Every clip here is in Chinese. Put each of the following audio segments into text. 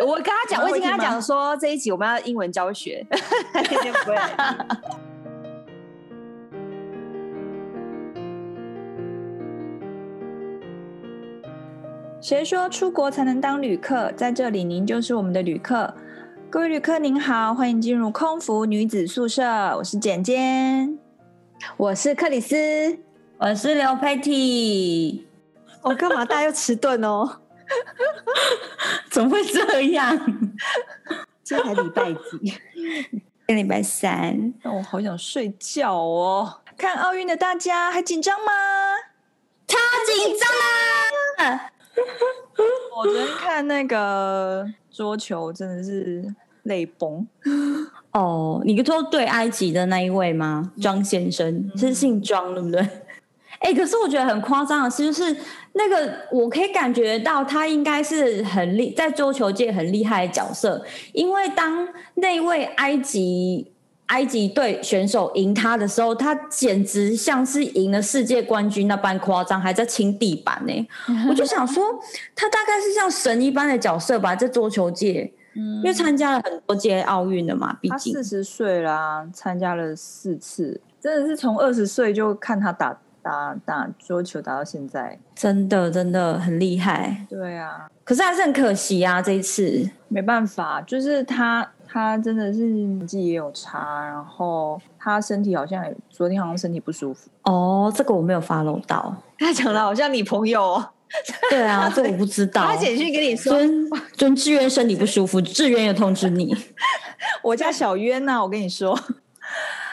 我跟他讲，你们我会已经跟他听吗讲说这一集我们要英文教学，他一定不会来听。 谁说出国才能当旅客？在这里，您就是我们的旅客。各位旅客您好，欢迎进入空服女子宿舍，我是简简。我是克里斯， 我是刘佩蒂，哦我、干嘛大家又迟 钝哦？怎么会这样？今天才礼拜几？今礼拜三，那哦我好想睡觉哦。看奥运的大家还紧张吗？超紧张啊！我昨天看那个桌球真的是泪崩，哦，你说对埃及的那一位吗？庄先生是姓庄，对不 对？哎、可是我觉得很夸张的是，就是那个我可以感觉到他应该是很厉，在桌球界很厉害的角色，因为当那位埃及埃及队选手赢他的时候，他简直像是赢了世界冠军那般夸张，还在清地板呢、我就想说，他大概是像神一般的角色吧，在桌球界，嗯因为参加了很多届奥运的嘛，毕他竟四十岁啦，参加了四次，真的是从二十岁就看他打打打桌球打到现在。真的真的很厉害。对啊，可是还是很可惜啊，这一次没办法，就是他他真的是年纪也有差，然后他身体好像也昨天好像身体不舒服，哦，这个我没有 follow 到。他讲的好像你朋友、 哦，对 啊，这我不知道他。简讯跟你说，尊尊志愿身体不舒服，志愿有通知 你。我家小冤呐、我跟你说，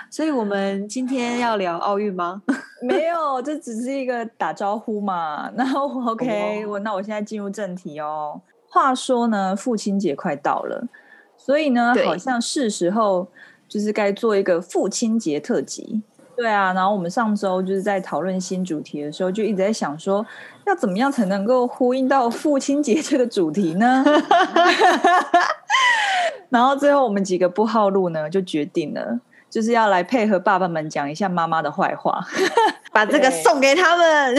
所以我们今天要聊奥运吗？ 没有，这只是一个打招呼嘛。然后 OK，、我哦那我现在进入正题哦。话说呢，父亲节快到了，所以呢对，好像是时候就是该做一个父亲节特辑。对啊，然后我们上周就是在讨论新主题的时候，就一直在想说，要怎么样才能够呼应到父亲节这个主题呢？ 然后最后我们几个不好路呢，就决定了，就是要来配合爸爸们讲一下妈妈的坏话。把这个对送给他们。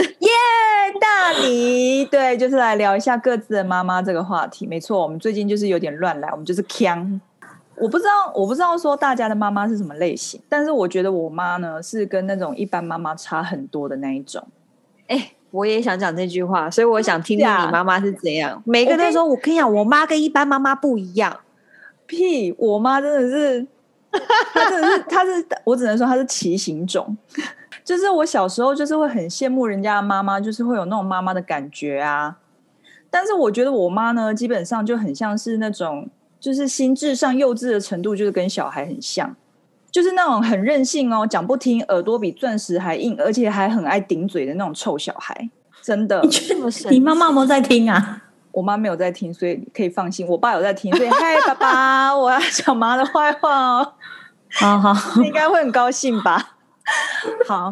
大理，对，就是来聊一下各自的妈妈这个话题。没错，我们最近就是有点乱来，我们就是呛。我不知道，我不知道说大家的妈妈是什么类型，但是我觉得我妈呢是跟那种一般妈妈差很多的那一种。我也想讲这句话，所以我想听听啊假你妈妈是怎样。每个我人跟都说，我跟你讲，我妈跟一般妈妈不一样。屁，我妈真的是，她真的是，她是，我只能说她是畸形种。就是我小时候就是会很羡慕人家的妈妈，就是会有那种妈妈的感觉啊。但是我觉得我妈呢，基本上就很像是那种，就是心智上幼稚的程度，就是跟小孩很像，就是那种很任性哦，讲不听，耳朵比钻石还硬，而且还很爱顶嘴的那种臭小孩。真的，你妈妈有没有在听啊？我妈没有在听，所以可以放心。我爸有在听，所以嗨，爸爸，我要讲妈的坏话哦，好好， 应该会很高兴吧？ 好，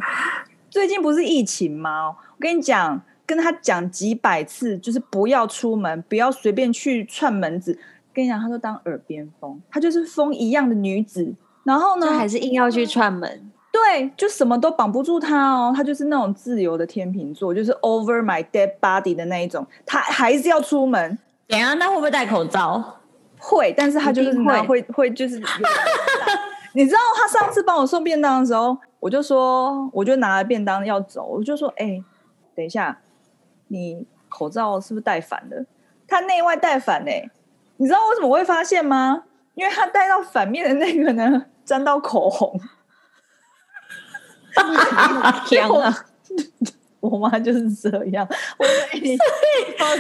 最近不是疫情吗？我跟你讲，跟他讲几百次，就是不要出门，不要随便去串门子。跟你讲，他都当耳边风，她就是风一样的女子。然后那呢，还是硬要去串门。对，就什么都绑不住他哦，他就是那种自由的天秤座，就是 over my dead body 的那一种，他还是要出门。 等一下那会不会戴口 罩？会，但是他就是一定会会会会就是有点 你知道他上次帮我送便当的时候，我就说，我就拿了便当要走，我就说，哎、等一下，你口罩是不是戴反了？他内外戴反哎、你知道为什么我会发现吗？因为他戴到反面的那个呢，沾到口红。天啊！ 我妈就是这样，我说哎你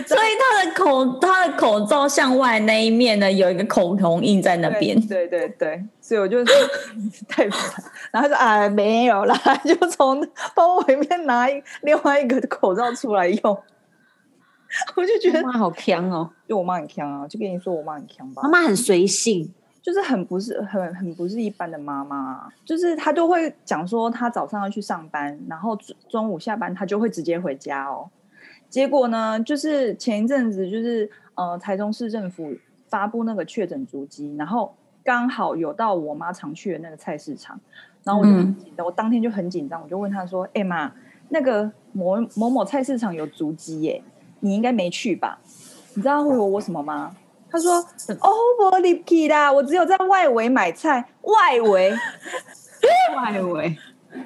所以她的口她的口罩向外那一面呢，有一个口红印在那边。对对对对，所以我就太烦。然后他说啊没有啦， 就从包里面拿一另外一个口罩出来用。 我就觉得，妈好强哦，就我妈很强啊，就跟你说我妈很强吧妈，妈很随性，就是很不是很很不是一般的妈妈啊，就是她就会讲说她早上要去上班，然后中中午下班她就会直接回家哦。结果呢，就是前一阵子就是呃，台中市政府发布那个确诊足迹，然后刚好有到我妈常去的那个菜市场，然后我就很紧张，我当天就很紧张，我就问她说：“哎、妈，那个某某某菜市场有足迹耶，你应该没去吧？你知道会有我什么吗？他说哦，我 l i k y 啦，我只有在外围买菜，外围，外围。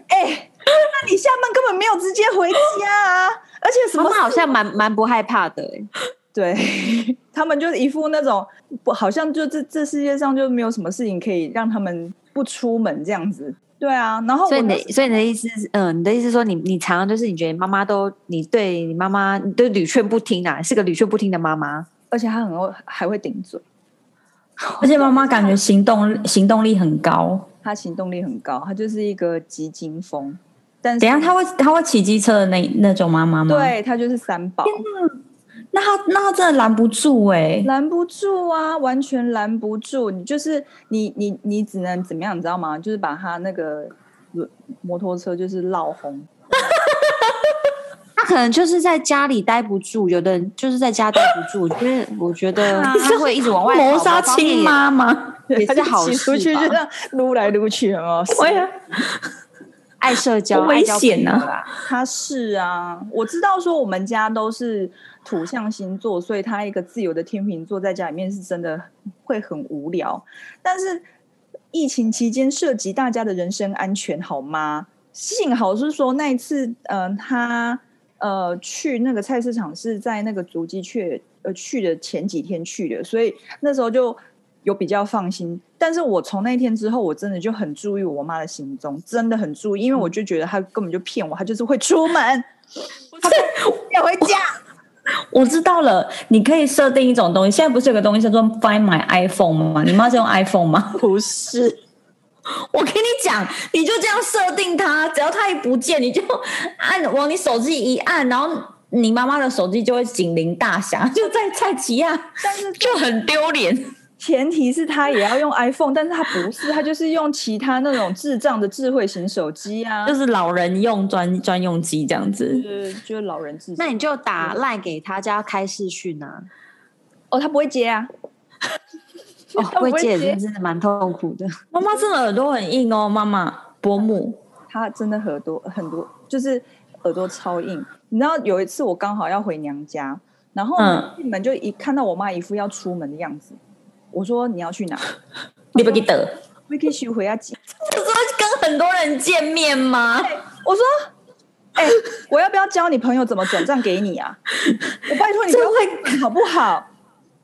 哎、那你下班根本没有直接回家啊，而且什妈么妈好像蛮蛮不害怕的、欸，对他们就一副那种不，好像就这这世界上就没有什么事情可以让他们不出门这样子。对啊，然后所以我你那的所以你的意思是，嗯，你的意思是说你你常常就是你觉得妈妈都你对你妈妈你对屡劝不听啊，是个屡劝不听的妈妈。而且他很会还会顶嘴，而且妈妈感觉行动行动力很高。他行动力很高，他就是一个急惊风。但是等一下，她会她会骑机车的那那种妈妈吗？，对他就是三宝，那她那她真的拦不住哎、拦不住啊，完全拦不住。你就是你你你只能怎么样，你知道吗？就是把他那个轮摩托车就是绕红，她可能就是在家里待不住，有的人就是在家待不住，因为 我觉得她会一直往外跑谋杀某方面亲也妈吗？也是他就好骑出事去就吧这样撸来撸去，有没有？对啊，爱社交，好危爱交朋友险啊啦他是啊，我知道说我们家都是土象星座，所以他一个自由的天秤座在家里面是真的会很无聊。但是疫情期间涉及大家的人身安全，好吗？幸好是说那一次，嗯、他呃去那个菜市场是在那个足迹去呃去的前几天去的，所以那时候就有比较放心。但是我从那天之后，我真的就很注意我妈的行踪，真的很注意，因为我就觉得她根本就骗我，她就是会出门，她骗回家。我知道了，你可以设定一种东西。现在不是有个东西叫做 Find My iPhone 吗？你妈是用 iPhone 吗？不是， 我跟你讲，你就这样设定它，只要它一不见，你就按往你手机一按，然后你妈妈的手机就会警铃大响，就在蔡奇亚， 但是就很丢脸。前提是她也要用 iPhone，但是她不是，她就是用其他那种智障的智慧型手机啊，就是老人用专专用机这样子，是就是老人智那障。你就打赖给他，叫他开视讯 啊。哦，她不会接啊，哦，她不会会姐接，真的蛮痛苦 的。妈妈真的耳朵很硬哦，妈妈伯母，她真的耳朵很多，就是耳朵超硬。你知道有一次我刚好要回娘家，然后嗯进门就一看到我妈一副要出门的样子，我说你要去哪？你不记得？ Vicky 徐回家几？ 这是跟很多人见面吗？我说，哎、我要不要教你朋友怎么转账给你啊？我拜托你不要会好不好？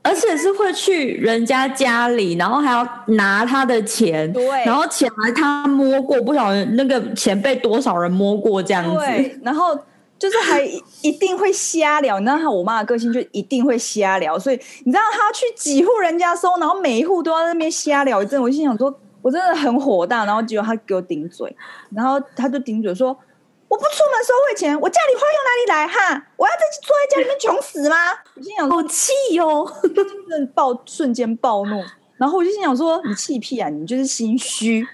而且是会去人家家里，然后还要拿他的钱，对然后钱还他摸过，不晓得那个钱被多少人摸过这样 子。对，然后就是还一一定会瞎聊，你知道他我妈的个性就一定会瞎聊，所以你知道他去几户人家搜，然后每一户都要在那边瞎聊一阵，我心想说，我真的很火大，然后结果他给我顶嘴，然后他就顶嘴说。我不出门收汇钱，我家里花用哪里来哈？我要在坐在家里面穷死吗？我心想说好气哦！瞬暴瞬间暴怒，然后我就心想说：“你气屁啊，你就是心虚，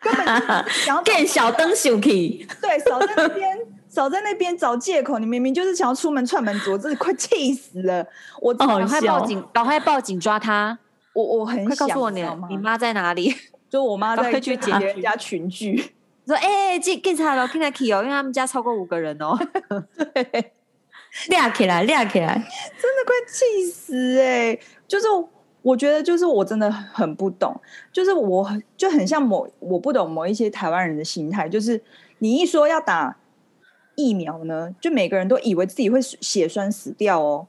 根本就想 要更小灯小气，对少在那边少在那边找借口，你明明就是想要出门串门子，我真的快气死了！我真的好赶快笑报警，赶快报警抓他！我我很哦快想告诉我你你知道吗，你妈在哪里？ 就我妈赶在快去跟检别人举家群聚，说哎，警警察了，警察去哦，因为他们家超过五个人 哦。亮起来，亮起来！真的快气死哎、就是我觉得，就是我真的很不懂，就是我很就很像某我不懂某一些台湾人的心态，就是你一说要打疫苗呢，就每个人都以为自己会血栓死掉哦。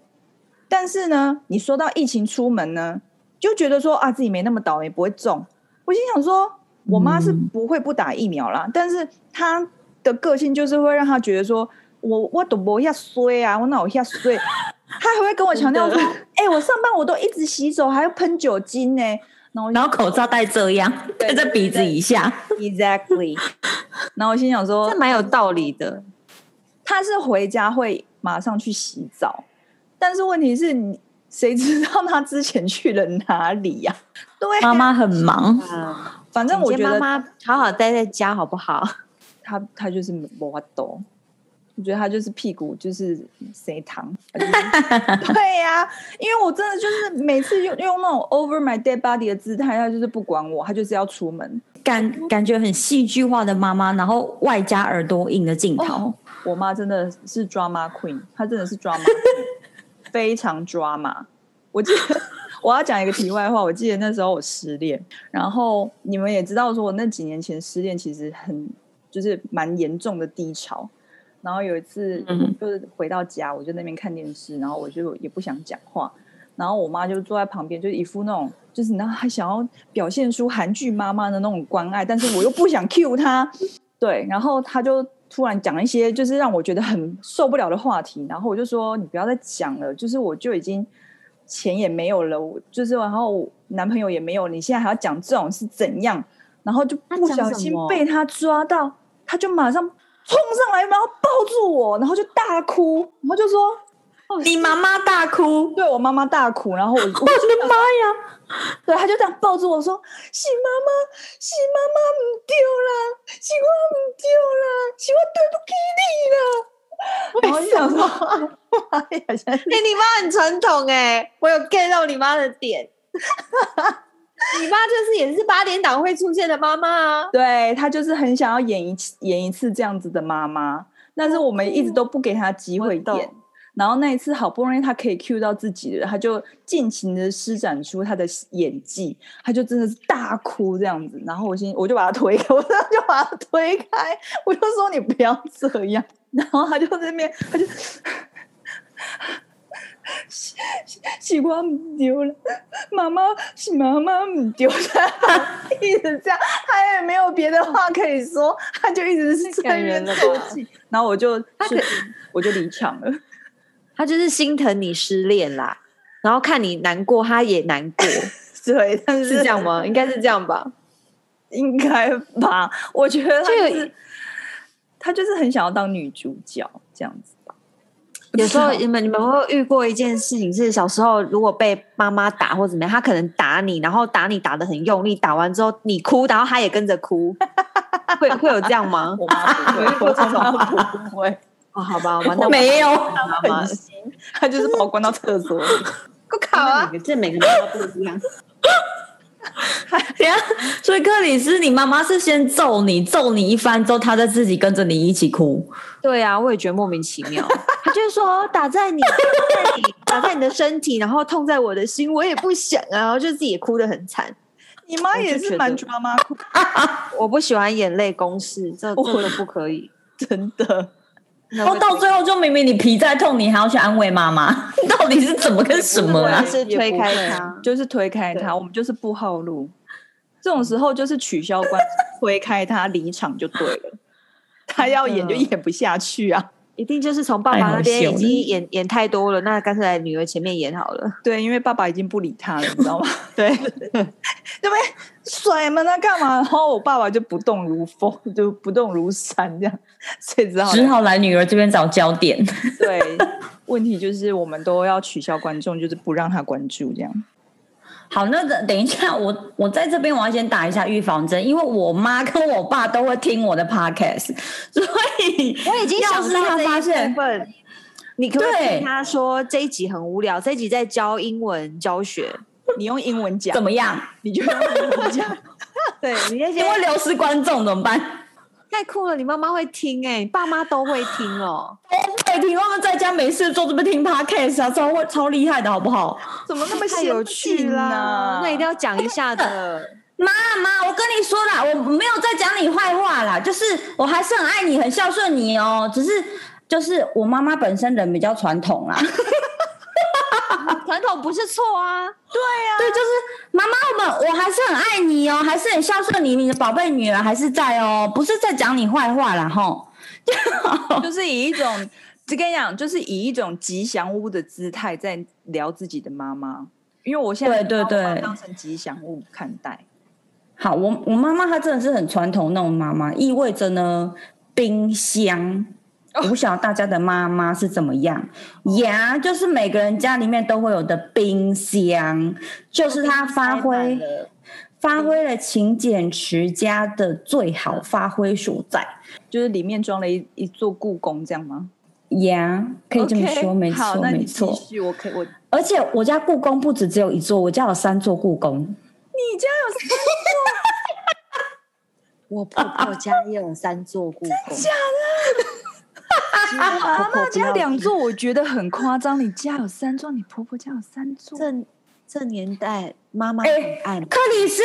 但是呢，你说到疫情出门呢，就觉得说啊自己没那么倒霉，不会中。我心想说，我妈是嗯不会不打疫苗啦，但是她的个性就是会让她觉得说，啊我我都不要衰啊，我哪有要 衰？她还会跟我强调说，哎、我上班我都一直洗手，还要喷酒精 呢、然后我就然后口罩戴这样，对戴在鼻子以下， Exactly。然后我心想说这，蛮有道理的。他是回家会马上去洗澡，但是问题是你谁知道他之前去了哪里呀、对，妈妈很 忙。嗯，反正我姐觉妈得妈好好待在家好不好？他他就是没法抖，我觉得他就是屁股就是谁糖。对呀、因为我真的就是每次用用那种 over my dead body 的姿态，他就是不管我，他就是要出门。感感觉很戏剧化的妈妈，然后外加耳朵硬的镜哦头，我妈真的是 drama queen，她真的是 drama queen，非常 drama。我记得我要讲一个题外话，我记得那时候我失恋，然后你们也知道，说我那几年前失恋其实很就是蛮严重的低潮。然后有一次嗯就是回到家，我就那边看电视，然后我就也不想讲话，然后我妈就坐在旁边，就一副那种就是你知道她想要表现出韩剧妈妈的那种关爱，但是我又不想 cue 她， 对，然后她就突然讲一些就是让我觉得很受不了的话题，然后我就说你不要再讲了，就是我就已经钱也没有了，我就是然后我男朋友也没有，你现在还要讲这种是怎样？然后就她不讲小什心么被他抓到，他就马上冲上来，然后抱住我，然后就大哭，然后就说你妈妈大哭，对我妈妈大哭，然后 我我我的妈呀！对，他就这样抱住我说：“是妈妈，是妈妈唔对啦，是我唔对啦，是我对不起你啦。”然后就想说，哎呀，现在 哎、你妈很传统哎、我有 get 到你妈的点。 你妈就是也是八点档会出现的妈妈啊，对他就是很想要演一次演一次这样子的妈妈，但是我们一直都不给他机会懂演。然后那一次好不容易他可以 cue 到自己了，他就尽情的施展出他的演技，他就真的是大哭这样子。然后我先我就把他推开，我真的就把他推开，我就说你不要这样。然后他就在那边，他就 是是是我唔丢了，妈妈是妈妈唔丢了， 一直这样，他也没有别的话可以说，他就一直是在那边哭泣。然后我就瞬间我就离场了。 她就是心疼你失恋啦，然后看你难过，她也难过，对，但是 是这样吗？应该是这样吧。应该吧？我觉得他就有就是他就是很想要当女主角这样子吧。有时候你们你们会遇过一件事情，是小时候如果被妈妈打或怎么样，她可能打你，然后打你打的很用力，打完之后你哭，然后她也跟着哭，会会有这 样吗？我妈不会， 我妈不 会，哦，好吧，好吧，那我没有，妈妈狠，心，她就是把我关到厕所里。我考啊，每个这每个妈妈不一样，等一下， 所以克里斯，你妈妈是先揍你，揍你一番之后，她再自己跟着你一起哭。对啊，我也觉得莫名其妙。 她就是说打在你，打在你， 打在你的身体，然后痛在我的心，我也不想啊，然后就自己也哭得很惨。你妈也我就觉是得蛮抓妈哭，我不喜欢眼泪公式，这我这个不可 以。真的。然然后哦到最后，就明明你皮再痛，你还要去安慰妈妈， 到底是怎么跟什么啊 还？是推开他，就是推开他，我们就是不好路。这种时候就是取消关系，推开他离场就对了。他要演就演不下去啊。一定就是从爸爸那太好边笑已了经演演太多了，那干脆来女儿前面演好了。对，因为爸爸已经不理他了，你知道吗？ 对，对不对？甩门啊，干嘛？然后我爸爸就不动如风，就不动如山这样，所以只好只好来女儿这边找焦点。对。问题就是我们都要取消观众，就是不让他关注这样。好，那等等一下，我我在这边我要先打一下预防针，因为我妈跟我爸都会听我的 podcast，所 以我已经想要是到他这发一现部分，你可不可以对跟他说这一集很无聊，这一集在教英文教学，你用英文讲怎，么样？你就用英文讲。 对你那些因为流失观众怎么办？太酷了，你妈妈会听哎、你爸妈都会听哦。对，听他们在家没事做，这边听 podcast 啊，超超厉害的好不好？怎么那么太有趣啦！那一定要讲一下的。妈妈，我跟你说啦，我没有在讲你坏话啦，就是我还是很爱你，很孝顺你哦，只是就是我妈妈本身人比较传统啦。 传统不是错啊，对，就是妈妈，我们我还是很爱你哦，还是很孝顺你，你的宝贝女儿还是在哦，不是在讲你坏话啦吼。就是以一种，只跟你讲，就是以一种吉祥物的姿态在聊自己的妈妈，因为我现在对对把我妈对当成吉祥物看待。好，我我妈妈她真的是很传统那种妈妈，意味着呢，冰箱。我不晓得大家的妈妈是怎么样，呀、就是每个人家里面都会有的冰箱，就是她发挥发挥了勤俭持家的最好发挥所在，就是里面装了一一座故宫，这样吗？呀、可以这么 OK，说，没好，错，那没你错继。续，我可以，我你而且我家故宫不止只有一座，我家有三座故宫。家有三我婆婆家也有三座故宫，我阿啊妈家两座，我觉得很夸张。你家有三座，你婆婆家有三座，这这年代妈妈哎很 爱你。克里斯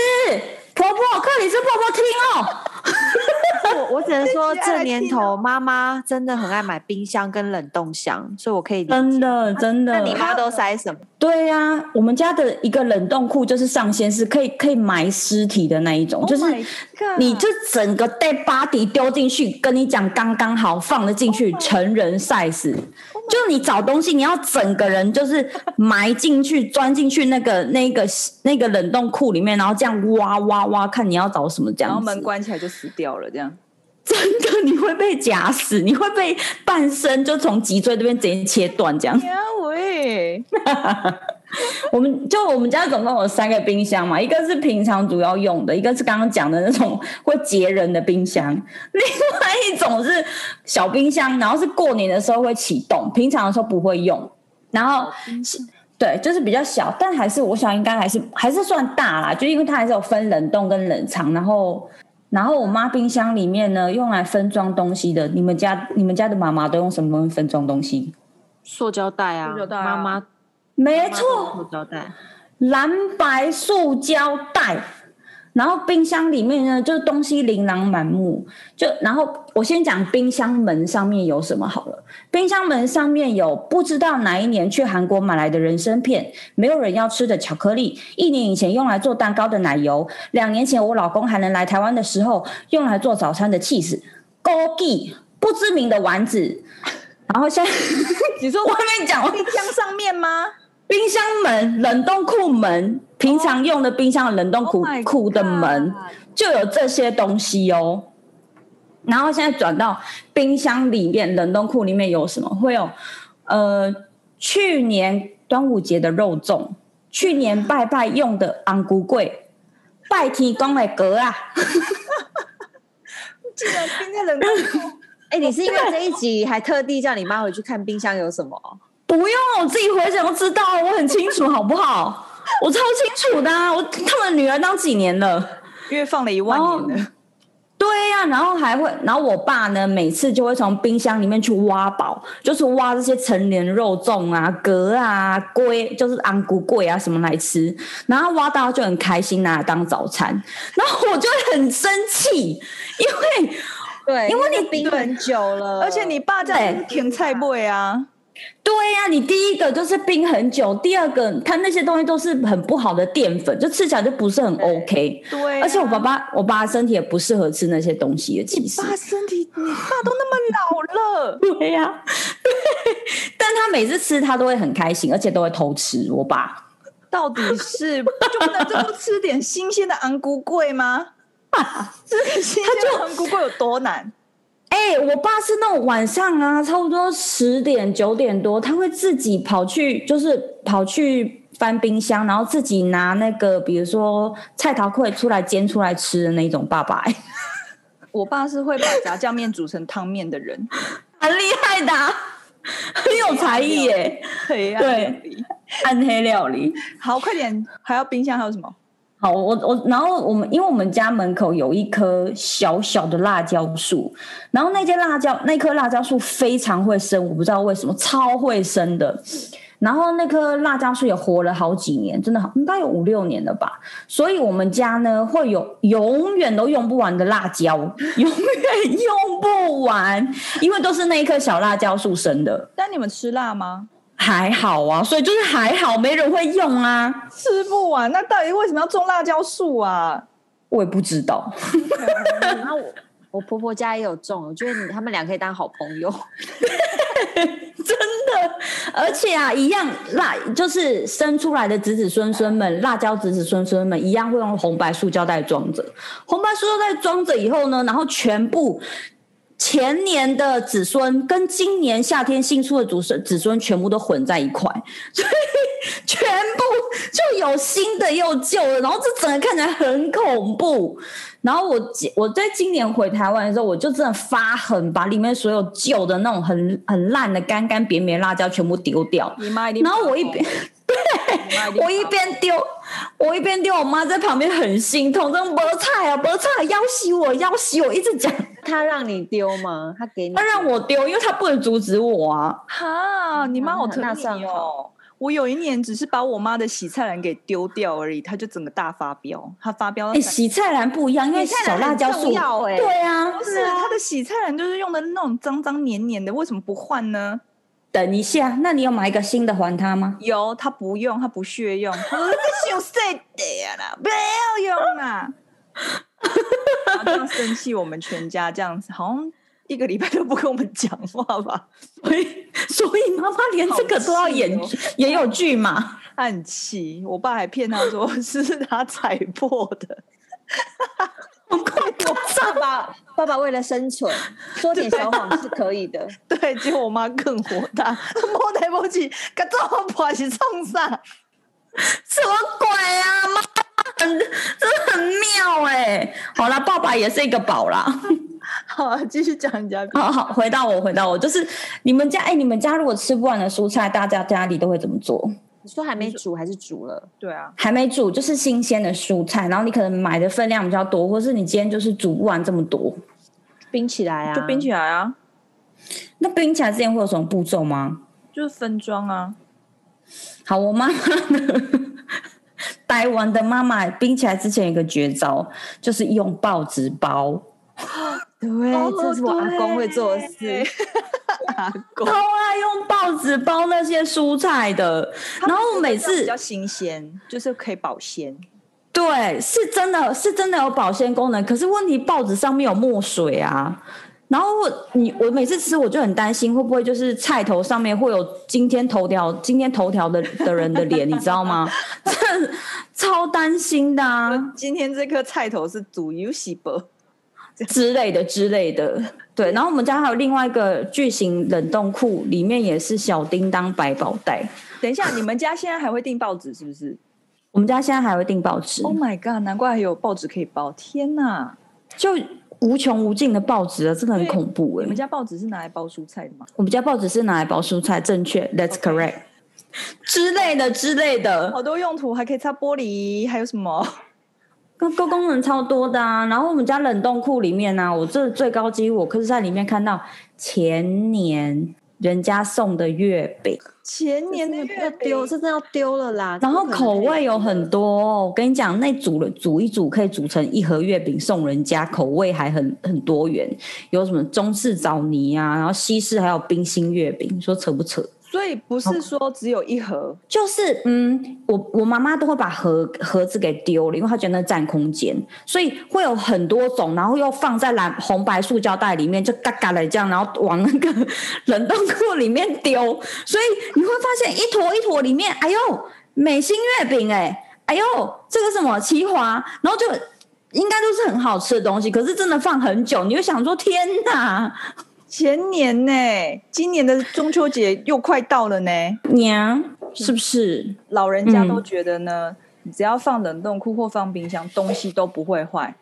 婆婆，克里斯婆婆听哦，我我只能说，这集爱这来年听哦头妈妈真的很爱买冰箱跟冷冻箱，所以我可以理解。真的真那的。你妈都塞什么？对呀、我们家的一个冷冻库就是上限是可以可以埋尸体的那一种，就是 Oh my god 你就整个 dead body 丢进去，跟你讲刚刚好放得进去成人 Oh size，就你找东西你要整个人就是埋进去，钻进去那个那个那个冷冻库里面，然后这样挖挖挖，看你要找什么这样然子。后门关起来就死掉了，这样。真的你会被夹死，你会被半身就从脊椎这边直接切断这样。呀喂， 我们就我们家总共有三个冰箱嘛，一个是平常主要用的，一个是刚刚讲的那种 会结人的冰箱，另外一种是小冰箱，然后是过年的时候会启动，平常的时候不会用，然后是。对，就是比较小，但还是我想应该还是还是算大啦，就因为它还是有分冷冻跟冷藏，然后然后我妈冰箱里面呢用来分装东西的，你们家你们家的妈妈都用什么东西分装东西？塑胶袋啊塑胶，袋啊妈妈没没错，塑胶袋。蓝白塑胶袋，然后冰箱里面呢，就是东西琳琅满目。就然后我先讲冰箱门上面有什么好了。冰箱门上面有不知道哪一年去韩国买来的人参片，没有人要吃的巧克力，一年以前用来做蛋糕的奶油，两年前我老公还能来台湾的时候用来做早餐的 cheese，枸杞，不知名的丸子。然后现在 你说我还没讲完，冰箱上面 吗？冰箱门、冷冻库门，平常用的冰箱的冷冻库 Oh my 库的门 God 就有这些东西哦。然后现在转到冰箱里面，冷冻库里面有什么？会有呃，去年端午节的肉粽，去年拜拜用的昂古柜，拜天公的格啊，竟然冰在冷冻库， 哎、你是因为这一集还特地叫你妈回去看冰箱有什么？不用我自己回想就知道，我很清楚，好不好？我超清楚的、啊，我他们女儿当几年了？因为放了一万年了。对呀、然后还会，然后我爸呢，每次就会从冰箱里面去挖宝，就是挖这些成年肉粽啊、蛤啊、龟，就是昂骨桂啊什么来吃，然后挖到就很开心，拿来当早餐，然后我就会很生气，因为对，因为那你冰很久了，而且你爸这样就是甜菜味啊，对呀、你第一个就是冰很久，第二个它那些东西都是很不好的淀粉，就吃起来就不是很 OK，对啊而且我爸爸我爸身体也不适合吃那些东西的，其实。，爸身体，你爸都那么老了对呀、对，但他每次吃他都会很开心，而且都会偷吃。我爸，到底是就不能就不吃点新鲜的昂菇桂 吗？吃点新鲜的昂菇桂有多难？哎、我爸是那种晚上啊，差不多十点九点多，他会自己跑去，就是跑去翻冰箱，然后自己拿那个，比如说菜桃会出来煎出来吃的那种爸爸、 哎我爸是会把炸酱面煮成汤面的人，很厉害的啊、很有才艺耶、对呀，对暗黑料理。好，快点，还要冰箱还有什么？好，我我然后我们因为我们家门口有一棵小小的辣椒树，然后那间辣椒那棵辣椒树非常会生，我不知道为什么超会生的。然后那棵辣椒树也活了好几年，真的好应该有五六年了吧。所以我们家呢会有永远都用不完的辣椒，永远用不完，因为都是那一棵小辣椒树生的。但你们吃辣吗？还好啊，所以就是还好，没人会用啊，吃不完，那到底为什么要种辣椒树啊？我也不知道。然后我我婆婆家也有种，我觉得你他们俩可以当好朋友。 而且啊，一样辣，就是生出来的子子孙孙们，辣椒子子孙孙们一样会用红白塑胶袋装着。红白塑胶袋装着以后呢，然后全部前年的子孙跟今年夏天新出的子孙子孙全部都混在一块， 所以全部就有新的也有旧的，然后这整个看起来很恐怖。然后我今我在今年回台湾的时候，我就真的发狠，把里面所有旧的那种很很烂的干干扁扁辣椒全部丢 掉。你妈一定然发后疯，我一 边你妈定哦我一发疯边丢，我一边丢，我妈在旁边很心痛，真的没菜啊，没菜，要死我，要死我，一直讲。他让你丢吗？他给你？他让我丢，因为他不能阻止我啊。哈，你妈好疼那算你哦！我有一年只是把我妈的洗菜篮给丢掉而已，她就整个大发飙，她发飙到哎，三洗菜篮不一样，因为小辣椒素很重，要哎、对啊，不是她的洗菜篮就是用的那种脏脏黏黏的，为什么不换呢？等一下，那你有买一个新的还他吗？有，她不用，她不屑用，她说 这是有谁的啦，不要用啊！然后这样生气我们全家，这样子好像一个礼拜都不跟我们讲话吧，所以， 所以妈妈连这个都要演好气演有剧嘛？她很气，我爸还骗她说 是她踩破的。我快我爸爸爸爸为了生存，说点小谎是可以的。对，结果我妈更火大， 摸来摸去，个这么破是冲啥？什么鬼啊？妈，很真的很妙哎、好啦，爸爸也是一个宝啦。好，啊继续讲你家。好好，回到我，回到我，就是你们家哎、你们家如果吃不完的蔬菜，大家家里都会怎么做？你说还没煮还是煮了？对啊，还没煮就是新鲜的蔬菜，然后你可能买的分量比较多，或是你今天就是煮不完这么多。冰起来啊，就冰起来啊，那冰起来之前会有什么步骤吗？就是分装啊。好，我妈 妈呢？台湾的妈妈冰起来之前有一个绝招，就是用报纸包。对，哦这是我阿公会做的事。阿公 超爱用报纸包那些蔬菜的，然后我每比次较新鲜，就是可以保鲜。对是真的是真的有保鲜功能，可是问题报纸上面有墨水啊。然后我你我每次吃我就很担心会不会就是菜头上面会有今天头条今天头条的的人的脸，你知道吗？这超担心的啊今天这颗菜头是煮 U 西伯，之类的之类的。对，然后我们家还有另外一个巨型冷冻库，里面也是小叮当百宝袋。等一下，你们家现在还会订报纸是不 是我们家现在还会订报纸。 ？Oh my god，难怪还有报纸可以包。天哪，就无穷无尽的报纸啊，真的很恐怖哎、你们家报纸是拿来包蔬菜的吗？我们家报纸是拿来包蔬菜，正确，That's correct 之类的之类的，好多用途，还可以擦玻璃，还有什么？ 功功功能超多的啊。然后我们家冷冻库里面呢、啊，我这最高纪录，我可是在里面看到前年人家送的月饼，前年的这真的要月丢，饼这真的要丢了啦。然后这不可能口可以味有吃的很多、哦。我跟你讲，那煮了煮一煮可以煮成一盒月饼送人家，口味还很很多元，有什么中式枣泥啊，然后西式还有冰心月饼，你说扯不扯？所以不哦是说只有一盒，就是嗯，我我妈妈都会把盒盒子给丢了，因为她觉得那占空间，所以会有很多种，然后又放在蓝红白塑胶袋里面，就嘎嘎的这样，然后往那个冷冻库里面丢，所以你会发现一坨一坨里面，哎呦，美心月饼哎、哎呦，这个什么奇华，然后就。应该都是很好吃的东西，可是真的放很久，你就想说天哪，前年呢、今年的中秋节又快到了呢，娘是不是？老人家嗯都觉得呢，你只要放冷冻库或放冰箱，东西都不会坏，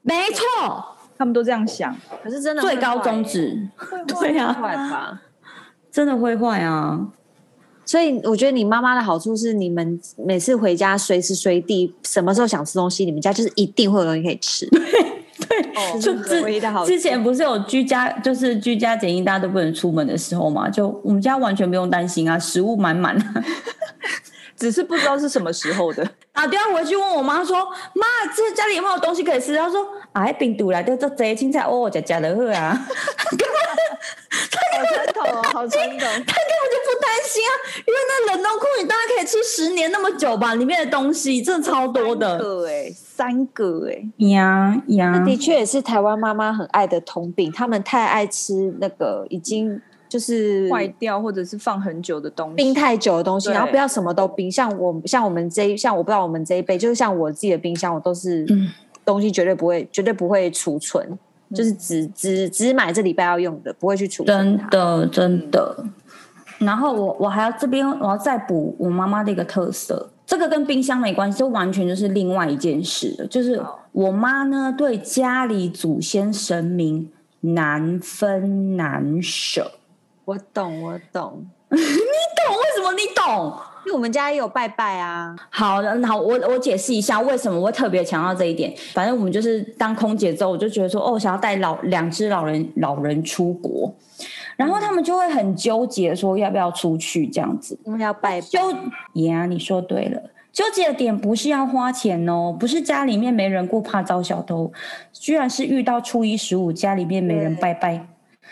没错，他们都这样想。可是真的最会高坏宗欸旨，会对啊，坏吧？真的会坏啊！所以我觉得你妈妈的好处是，你们每次回家随时随地什么时候想吃东西，你们家就是一定会有东西可以吃。哦就这之唯一的好处之前不是有居家，就是居家检疫，大家都不能出门的时候嘛，就我们家完全不用担心啊，食物满满、啊。 只是不知道是什么时候 的。打电话回去问我妈说：“妈，这家里有没有东西可以吃？”她说：“哎，病毒来的这贼青菜，哦，我家家的喝啊。” 好传统哦，好传 统。她根本就不担心啊，因为那冷冻库你大概可以吃十年那么久吧，里面的东西真的超多三的。个哎，三个哎，呀呀那的确也是台湾妈妈很爱的通病，他们太爱吃那个已经就是坏掉或者是放很久的东西。冰太久的东西，对然后不要什么都冰。像我像我们这一像我不知道我们这一辈，就是像我自己的冰箱，我都是嗯东西绝对不会绝对不会储存，就是只只只买这礼拜要用的，不会去储存嗯真它。的，真的。然后我我还要这边我要再补我妈妈的一个特色，这个跟冰箱没关系，这完全就是另外一件事了。就是我妈呢对家里祖先神明难分难舍，我懂，我懂。懂为什么你懂？因为我们家也有拜拜啊，好的，好，我我解释一下为什么我会特别强调这一点。反正我们就是当空姐之后，我就觉得说，哦，想要带老两只老人老人出国，然后他们就会很纠结说要不要出去这样子。因为要拜拜。纠呀，你说对了。纠结的点不是要花钱哦，不是家里面没人顾怕遭小偷，居然是遇到初一十五家里面没人对拜拜，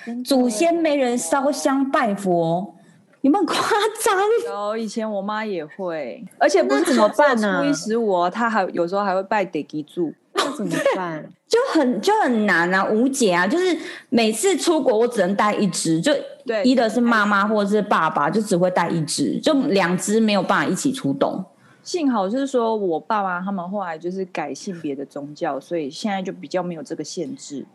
真的祖先没人烧香拜佛，哦你们很夸张。然后哦以前我妈也会，而且不那是怎么办呢初一十五哦，她还有时候还会拜地基柱。那怎么 办？就很就很难啊，无解啊！就是每次出国，我只能带一只，就对一的是妈妈或者是爸爸，就只会带一只，就两只没有办法一起出动。幸好是说我爸妈他们后来就是改信别的宗教，所以现在就比较没有这个限制。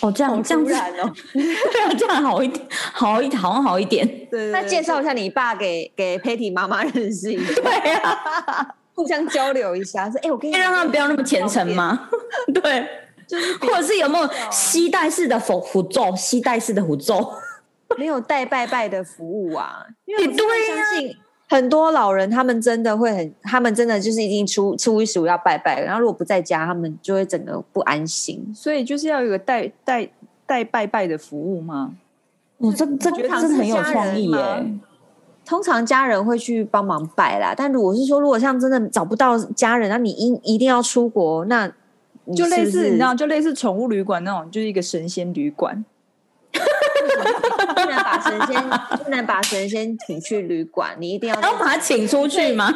哦，这样这样子，哦，对 啊，这样好一点，好一好像好一点。对，那介绍一下你爸给给 Patty 妈妈认识一下，对啊， 互相交流一下。说，哎、我跟你可以让他们不要那么虔诚吗？ 对，就是或者是有没有吸带式的符符咒，吸带式的符咒？哦没有带拜拜的服务啊，因为也我真的对啊相信很多老人他们真的会很，他们真的就是一定初初一十五要拜拜，然后如果不在家，他们就会整个不安心。所以就是要有一个带带带拜拜的服务吗？哦，这这通这常是很有家人创意嘛耶！通常家人会去帮忙拜啦，但如果是说如果像真的找不到家人，那你一一定要出国，那你就类是不似是你知道，就类似宠物旅馆那种，就是一个神仙旅馆。不能把神仙不能把神仙请去旅馆，你 一定要然后把他请出去吗？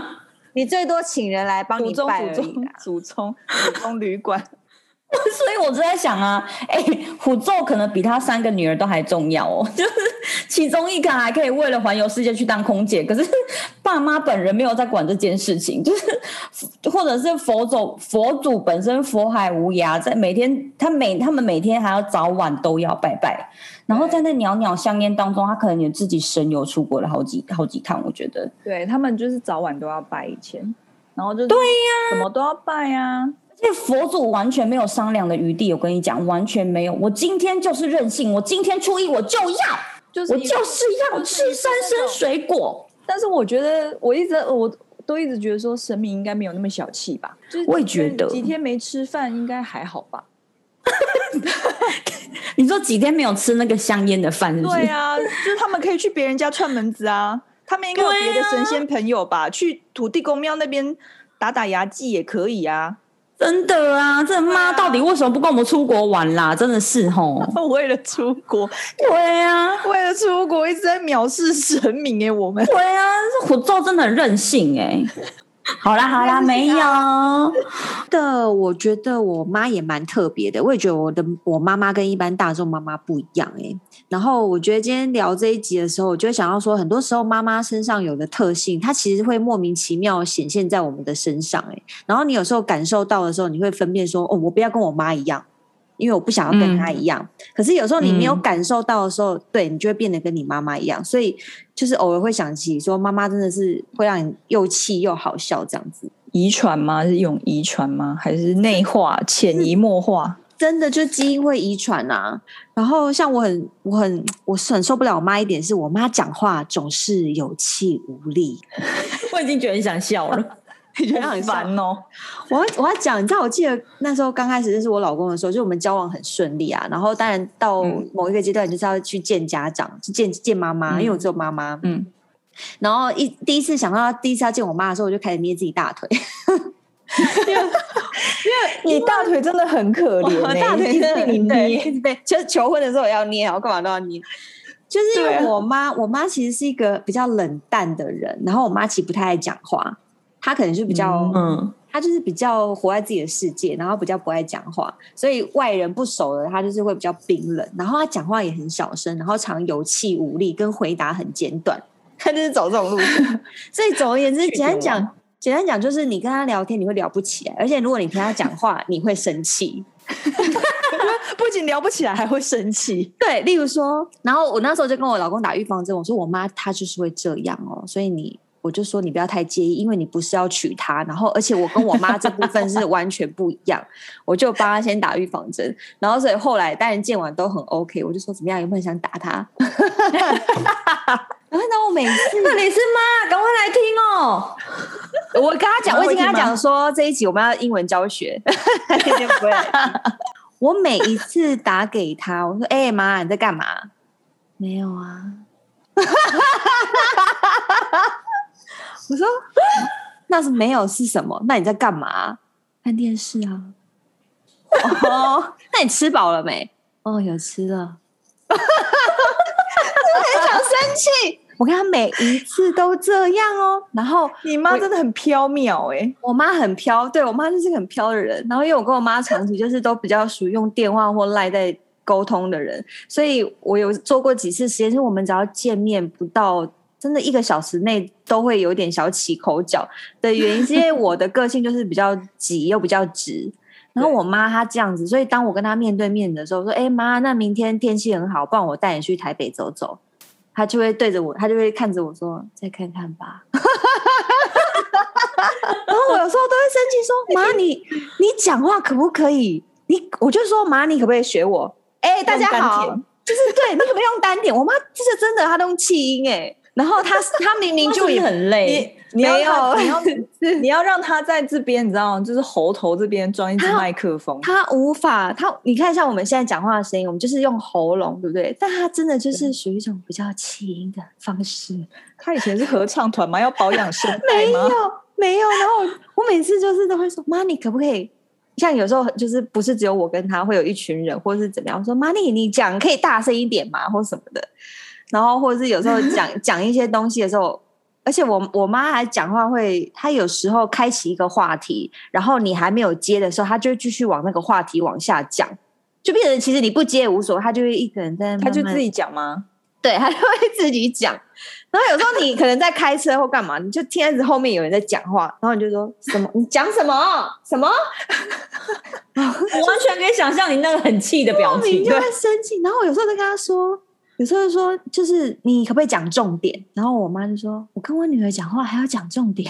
你最多请人来帮祖你宗拜祖而已宗啦。祖宗祖宗旅馆， 所以我就在想啊，哎、虎咒可能比他三个女儿都还重要哦， 就是其中一个还可以为了环游世界去当空姐，可是爸妈本人没有在管这件事情， 就是或者是佛祖佛祖本身佛海无涯，在每天他每他们每天还要早晚都要拜拜，然后在那袅袅香烟当中，他可能也自己神游出国了好几好几趟，我觉得对他们就是早晚都要拜以前，然后就对呀、什么都要拜啊。这佛祖完全没有商量的余地，我跟你讲，完全没有。我今天就是任性，我今天初一我就要，就是我一就是要吃三生水果。但是我觉得，我一直我都一直觉得说，神明应该没有那么小气吧？就是我也觉得几天没吃饭应该还好吧？你说几天没有吃那个香烟的饭，是不是？对啊，就是他们可以去别人家串门子啊，他们应该有别的神仙朋友吧？去土地公庙那边打打牙祭也可以啊。 真的啊，这妈到底为什么不跟我们出国玩啦？真的是吼。为了出国，对啊，为了出国一直在藐视神明哎、我们对啊，这虎咒真的很任性哎、 好啦好啦，没有，啊的，我觉得我妈也蛮特别的，我也觉得我的我妈妈跟一般大众妈妈不一样哎、然后我觉得今天聊这一集的时候，我就会想到说，很多时候妈妈身上有的特性，它其实会莫名其妙显现在我们的身上哎、然后你有时候感受到的时候，你会分辨说，哦，我不要跟我妈一样。因为我不想要跟她一样，可是有时候你没有嗯感受到的时候，对你就会变得跟你妈妈一样，所以就是偶尔会想起说，妈妈真的是会让你又气又好笑这样子。遗传吗？是用遗传吗？还是内化、潜移默化？真的就基因会遗传啊。然后像我很我很我是很受不了我妈一点，是我妈讲话总是有气无力。 我已经觉得很想笑 了。很烦哦。我要我要讲，你知道，我记得那时候刚开始认识我老公的时候，就我们交往很顺利啊。然后当然到嗯某一个阶段，你就是要去见家长，去见见妈妈，嗯因为我只有妈妈。嗯，然后一第一次想到第一次要见我妈的时候，我就开始捏自己大腿。你大腿真的很可怜、我欸，哦大腿 一直真的被你很 对，一捏。直被就是求婚的时候也要捏，我干嘛都要捏。就是对因为啊我妈，我妈其实是一个比较冷淡的人，然后我妈其实不太爱讲话，她可能是比较，嗯，她就是比较活在自己的世界，然后比较不爱讲话，所以外人不熟的她就是会比较冰冷，然后她讲话也很小声，然后常有气无力，跟回答很简短，她就是走这种 路线。所以总而言之，简单讲，简单讲就是你跟她聊天你会聊不起来，欸而且如果你跟她讲话，你会生气。不仅聊不起来，还会生气。对，例如说，然后我那时候就跟我老公打预防针，我说我妈她就是会这样哦，所以你我就说你不要太介意，因为你不是要娶她，然后而且我跟我妈这部分是完全不一样，我就帮她先打预防针，然后所以后来当然见完都很 OK，我就说怎么样，有没有很想打她？然后呢，我每次克里斯妈，赶快来听哦！我跟他讲，你我会已经跟他听吗讲说这一集我们要英文教学，他今天不会来听。 我每一次打给他，我说：“哎、妈，你在干嘛？”没有啊。 我说：“那是没有是什么？那你在干嘛？看电视啊。”哦， 那你吃饱了没？哦，有吃 了。非常生气。 我跟他每一次都这样哦，然后你妈真的很飘渺哎、我妈很飘，对我妈就是个很飘的人。然后因为我跟我妈长期就是都比较属于用电话或赖在沟通的人，所以我有做过几次实验，是我们只要见面不到真的一个小时内，都会有点小起口角的原因，是因为我的个性就是比较急又比较直。然后我妈她这样子，所以当我跟她面对面的时候，说：“哎、妈，那明天天气很好，不然我带你去台北走走。”她就会对着我，她就会看着我说：“再看看吧。” 然后我有时候都会生气说：“妈，你你讲话可不可以？你我就说妈，你可不可以学我？哎、大家用丹好，田就是对你可不可以用单点？我妈就是真的，她都用气音哎、然后 她她明明就也是不是很累，你要让没你要 你要让她在这边，你知道吗？就是喉头这边装一支她麦克风，他无法，他你看像我们现在讲话的声音，我们就是用喉咙，对不对？但他真的就是属于一种比较气音的方式，她以前是合唱团吗？要保养 声带没有吗？没有。然后我我每次就是都会说，妈，你可不可以？像有时候就是不是只有我跟他，会有一群人，或是怎么样，我说妈，你你讲可以大声一点嘛，或什么的。然后或者是有时候讲 讲一些东西的时候，而且我我妈还讲话会，她有时候开启一个话题，然后你还没有接的时候，她就会继续往那个话题往下讲，就变成其实你不接也无所谓，她就会一个人在那慢她慢，就自己讲吗？对，她就会自己讲。然后有时候你可能在开车或干嘛，你就听到一直后面有人在讲话，然后你就说什么？你嗯讲什么？什么？我完全可以想象你那个很气的表莫情。名就会生气。然后我有时候就跟他说，有时候就说就是你可不可以讲重点？然后我妈就说，我跟我女儿讲话还要讲重 点。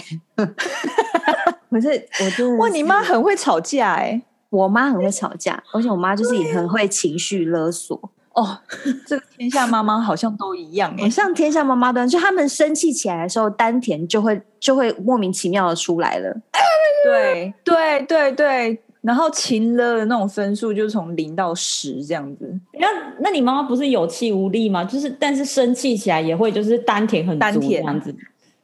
我是我真的哇，是你妈很会吵架哎、我妈很会吵架，而且我妈就是啊也很会情绪勒索。哦，这个天下妈妈好像都一样哎、好像天下妈妈端，就他们生气起来的时候，丹田就会就会莫名其妙的出来了。 对对对对，然后勤了的那种分数就从零到十这样子，那那你妈妈不是有气无力吗？就是但是生气起来也会就是丹田很丹足这田样子。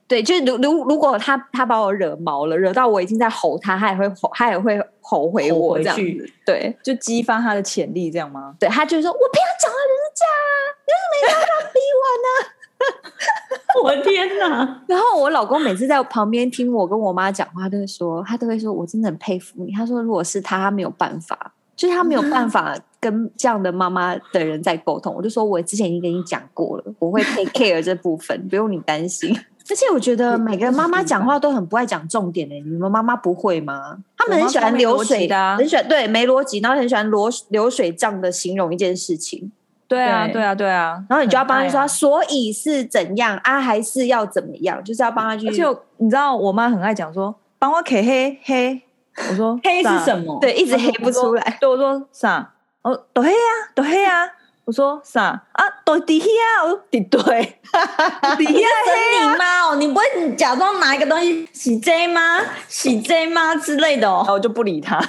对，就是如如如果他他把我惹毛了，惹到我已经在吼他，他也会吼，他也会吼回吼我回这样去子。对，就激发她的潜力，这样吗？对他就说：“我不要讲了，就是这样啊，我的天哪！然后我老公每次在旁边听我跟我妈讲话，都会说，他都会说，我真的很佩服你。他说，如果是他，他没有办法，就是他没有嗯办法跟这样的妈妈的人在沟通。我就说，我之前已经跟你讲过了，我会 take care 这部分，不用你担心。 而且我觉得每个妈妈讲话都很不爱讲重点诶、你们妈妈不会吗？他们很喜欢流我妈超没逻辑水的啊很喜欢对没逻辑，然后很喜欢流流水账的形容一件事情。对啊，对对啊，对啊。然后你就要帮他很爱说，啊所以是怎样啊，还是要怎么样，就是要帮他去。而且我你知道，我妈很爱讲说，帮我 K 黑黑。我说黑是啥什么？对，一直黑不出来。哦对，我说啥？哦，都黑啊，都黑啊。我说啥啊？都底黑啊？我说底 对。啊你是整你妈哦！你不会假装拿一个东西洗 J 吗？洗 J 吗之类的然后哦？我就不理他，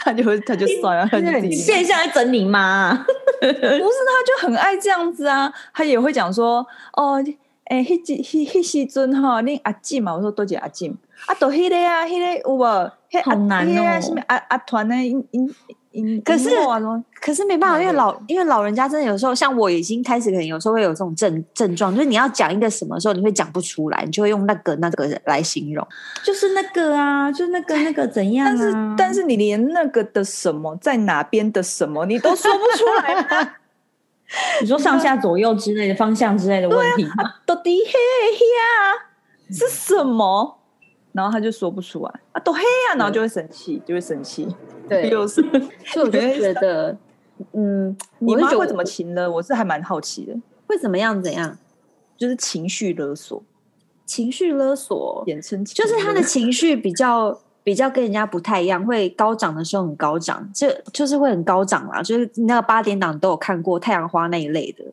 他就他就算了，他就自你己现在来整你妈啊、不是，他就很爱这样子啊。他也会讲说，哦，诶，迄时迄迄时阵吼，恁阿进嘛，我说多姐阿进，啊，都迄个啊，迄个有无？迄好难迄个啊哦什么阿阿团呢？因因因，可是因某啊什么可是没办法，因为对老因为老人家真的有时候，像我已经开始可能有时候会有这种症症状，就是你要讲一个什么时候，你会讲不出来，你就会用那个那个来形容。 就是那个啊，就是那个哎那个怎样、啊？但是但是你连那个的什么在哪边的什么你都说不出来 啊，你说上下左右之类的方向之类的问题 吗？都底黑黑啊是什么？然后他就说不出来啊，都黑啊，然后就会生气，就会生气，又是。所以 我就觉 得，嗯，你我就妈觉得会怎么情勒？我是还蛮好奇的，会怎么样怎样？就是情绪勒索，情绪勒索，简称情就是他的勒情绪比较比较跟人家不太一样，会高涨的时候很高涨，就就是会很高涨啦。就是那个八点档都有看过《太阳花》那一类的，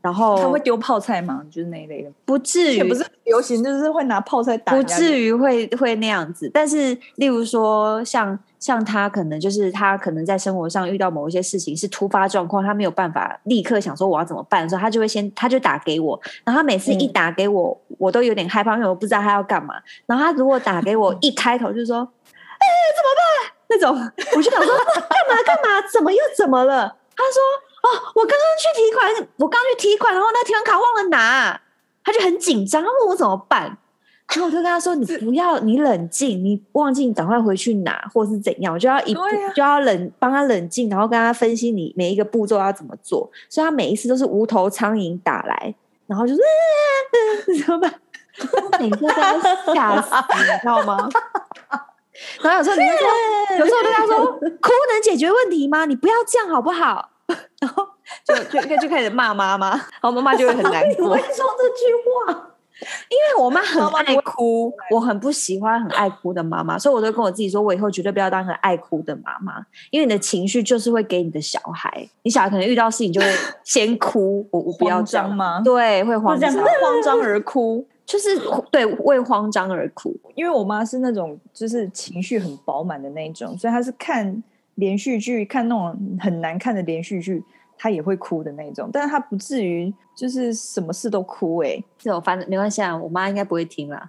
然 后他会丢泡菜吗？就是那一类的，哦不至也于不是流行，就是会拿泡菜打不人家的。至于会会那样子，但是例如说像像他可能就是他可能在生活上遇到某一些事情是突发状况，他没有办法立刻想说我要怎么办的时候，他就会先他就打给我，然后他每次一嗯打给我，我都有点害怕，因为我不知道他要干嘛。然后他如果打 给我一开头就说，哎、怎么办？那种我 就想说干嘛干嘛，怎么又怎么了？他说哦，我刚刚去提款，我刚去提款，然后那提款卡忘了拿，他就很紧张，他问我怎么办。然后我就跟他说：“你不要，你冷静，你忘记，你赶快回去拿，或是怎样。”我就要一步、对啊就要冷，帮他冷静，然后跟他分析你每一个步骤要怎么做。所以他每一次都是无头苍蝇打来，然后就是、嗯呃呃、怎么办？我每次都被他吓死，你知道吗？ 然后有时候你就说，有时候我就跟他说：“哭能解决问题吗？你不要这样好不好？” 然后就就就就开始骂妈妈，然后妈妈就会很 难你过会。说这句话？ 因为我妈很妈妈爱不会哭，我很不喜欢很爱哭的妈妈，所以我都跟我自己说，我以后绝对不要当个爱哭的妈妈，因为你的情绪就是会给你的小孩，你小孩可能遇到事情就会先哭，我我不要慌这样张？吗？对，会慌这张样，慌张而哭，就是对为慌张而哭。因为我妈是那种就是情绪很饱满的那一种，所以她是看连续剧，看那种很难看的连续剧，她也会哭的那种，但是她不至于就是什么事都哭哎、欸这我反正没关系啊，我妈应该不会听 啦。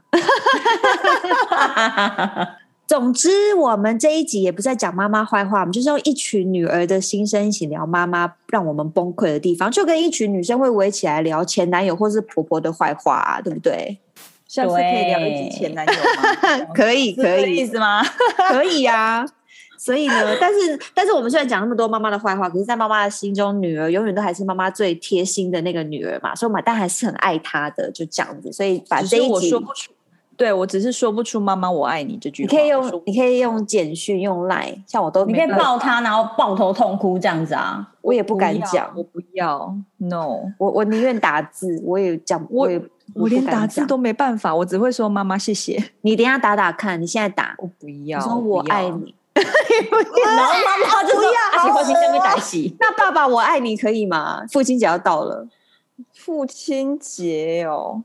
总之，我们这一集也不是在讲妈妈坏话，我们就是用一群女儿的心声一起聊妈妈让我们崩溃的地方，就跟一群女生会围起来聊前男友或是婆婆的坏话、啊，对不对？？下次可以聊一集前男友吗可以是这可个以意思吗？可以呀、所以呢，但是但是我们虽然讲那么多妈妈的坏话，可是，在妈妈的心中，女儿永远都还是妈妈最贴心的那个女儿嘛，所以我们但还是很爱她的，就这样子。所以把只这是一集我说不出，对我只是说不出“妈妈我爱你”这句你话。可以我说用不，你可以用简讯，用 Line，像我都你没可以办法抱他，然后抱头痛哭这样子啊？我也不敢要讲，我不要，no，我我宁愿打字，我也讲，我也我不连敢打字讲都没办法，我只会说“妈妈谢谢你等一下打打看，你现在打”，，我不你要，说我我不要爱，你，然后妈妈就说：“啊阿喜欢听这边打戏。那爸爸我爱你可以吗？父亲节要到了，父亲节哦，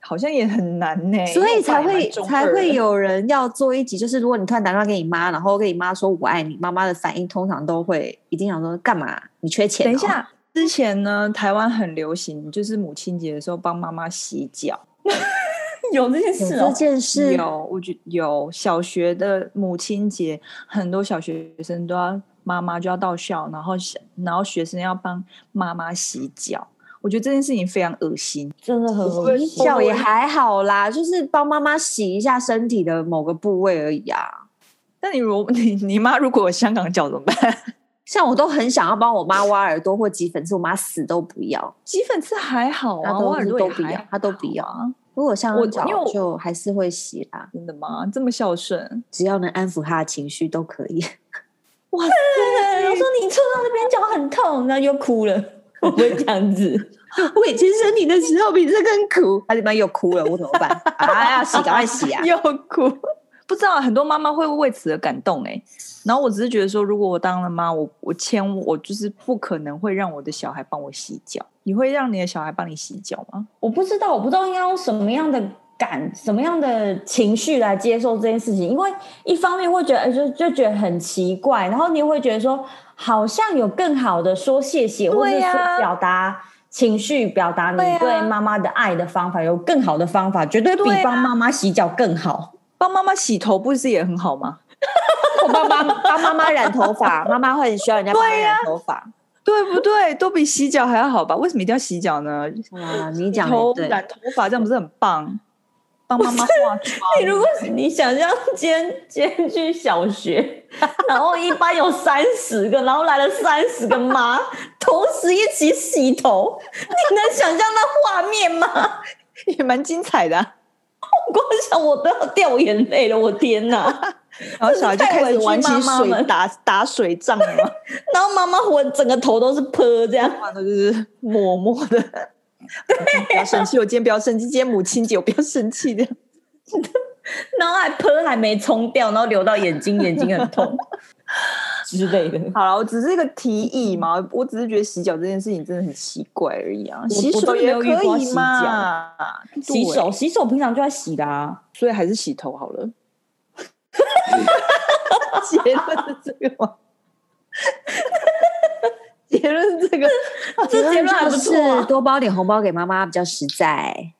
好像也很难呢、所以才因为我爸也会哎蛮中才二会的。有人要做一集，就是如果你突然打电话给你妈，然后跟你妈说我爱你，妈妈的反应通常都会一定想说干嘛？你缺钱、哦等一，下，之前呢，台湾很流行，就是母亲节的时候帮妈妈洗脚。”有这件有事这哦，件事有，我觉有小学的母亲节，很多小学生都要妈妈就要到校，然后小然后学生要帮妈妈洗脚。我觉得这件事情非常恶心，真的很恶心笑也还好啦，就是帮妈妈洗一下身体的某个部位而已啊。但你如你你妈如果 有香港脚怎么 办？像我都很想要帮我妈挖耳朵或挤粉刺，我妈死都不要，洗粉刺还好她啊，都我耳朵都也不还要，她都不要。啊，如果像我脚因为我就还是会洗啦，真的吗？这么孝顺？只要能安抚她的情绪都可以。 哇塞！我说你戳到那边脚很痛，然后又哭了，我会这样子。我以前生你的时候比这更苦，她这边又哭了，我怎么办？啊，要洗赶快洗 啊！又哭。不知道很多妈妈会为此而感动哎、然后我只是觉得说，如果我当了妈，我我千我就是不可能会让我的小孩帮我洗脚。你会让你的小孩帮你洗脚吗？我不知道，我不知道应该用什么样的感、什么样的情绪来接受这件事情，因为一方面会觉得，哎就就觉得很奇怪，然后你也会觉得说，好像有更好的说谢谢，或者对说呀表达情绪、表达你对呀对妈妈的爱的方法，有更好的方法，绝对比对呀帮妈妈洗脚更好。帮妈妈洗头不是也很好吗？我帮妈帮妈妈染头发，妈妈会很需要人家帮她染头发。对不对？都比洗脚还要好吧？为什么一定要洗脚呢？啊，你讲头的对，染头发这样不是很棒？帮妈妈化妆，你如果你想象今天今天去小学，然后一班有三十个，然后来了三十个妈，同时一起洗头，你能想象那画面吗？ 也蛮精彩的啊、我光想我都要掉眼泪了，我天 哪！ 然后小孩就开始玩起这是太委屈妈妈水们打打水仗了嘛， 然后妈妈我整个头都是泼这样，话都就是 默默的。 不要生气，我今天不要生气，今天母亲节我不要生气的。 然后还泼还没冲掉，然后流到眼睛，眼睛很痛。之类的。好了，我只是一个提议嘛，我只是觉得洗脚这件事情真的很奇怪而已啊。洗我手都没也有可遇过以洗嘛，洗对手，，洗手平常就在洗的啊。所以还是洗头好了。 结论是这个吗？ 结论是这个，这结论还不错啊是多包点红包给妈妈比较实在。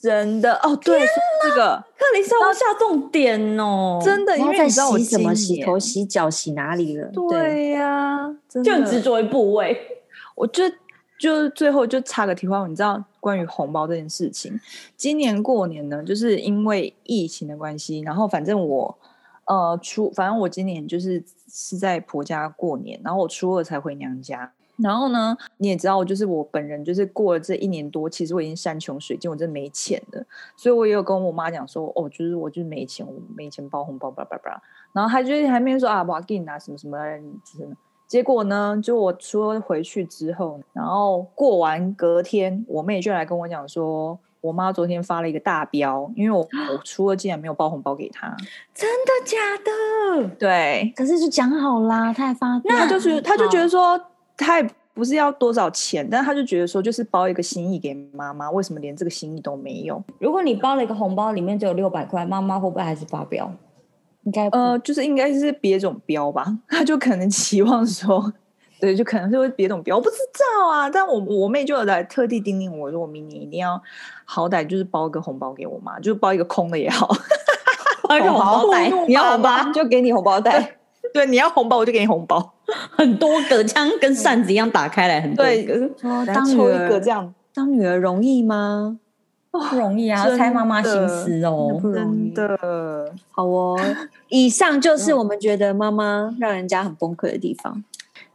真的哦，对，说到这个克里斯要下重点哦，真的，因然后为再你知道我洗什么？今洗年头、洗脚、洗哪里了？对，对呀、真就很的执着于部位。我就就最后就插个题外话，你知道关于红包这件事情，今年过年呢，就是因为疫情的关系，然后反正我呃初，反正我今年就是是在婆家过年，然后我初二才回娘家。然后呢，你也知道，就是我本人就是过了这一年多，其实我已经山穷水尽，我真的没钱了，所以我也有跟我妈讲说，哦，就是我就是没钱，我没钱包红包，叭叭叭。然后她就是还没说啊，我给你拿什么什么，什么结果呢，就我初二回去之后，然后过完隔天，我妹就来跟我讲说，我妈昨天发了一个大飙，因为我我初二竟然没有包红包给她。真的假的？对，可是就讲好啦，他还发那她就飙是她就觉得说，她也不是要多少钱，但她就觉得说，就是包一个心意给妈妈，为什么连这个心意都没有？如果你包了一个红包，里面只有六百块，妈妈会不会还是发飙？应该不呃，就是应该是别种标吧， 他就可能期望说， 对，就可能是会别种标，我不知道啊。但我我妹就有来特地叮咛我说，我明年一定要好歹就是包个红包给我妈，就是包一个空的也好。 哎包一个红包袋，你要红包就给你红包袋，对，你要红包我就给你红包， 很多个，像跟扇子一样打开来，很多对个，说然后当女抽一个儿这样，当女儿容易吗？不容易啊，真的猜妈妈心思真哦的。不容易真。的。好 哦，以上嗯就是我们觉得妈妈让人家很崩溃的地方。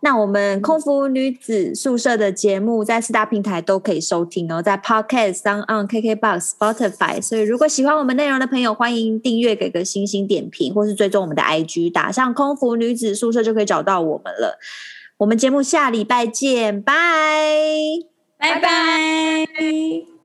那我们空服女子宿舍的节目在四大平台都可以收听哦，在 Podcast、Sound On、KKBox、Spotify。所以，如果喜欢我们内容的朋友，欢迎订阅、给个星星点评，或是追踪我们的 IG，打上“空服女子宿舍”就可以找到我们了。我们节目下礼拜见，拜。拜拜。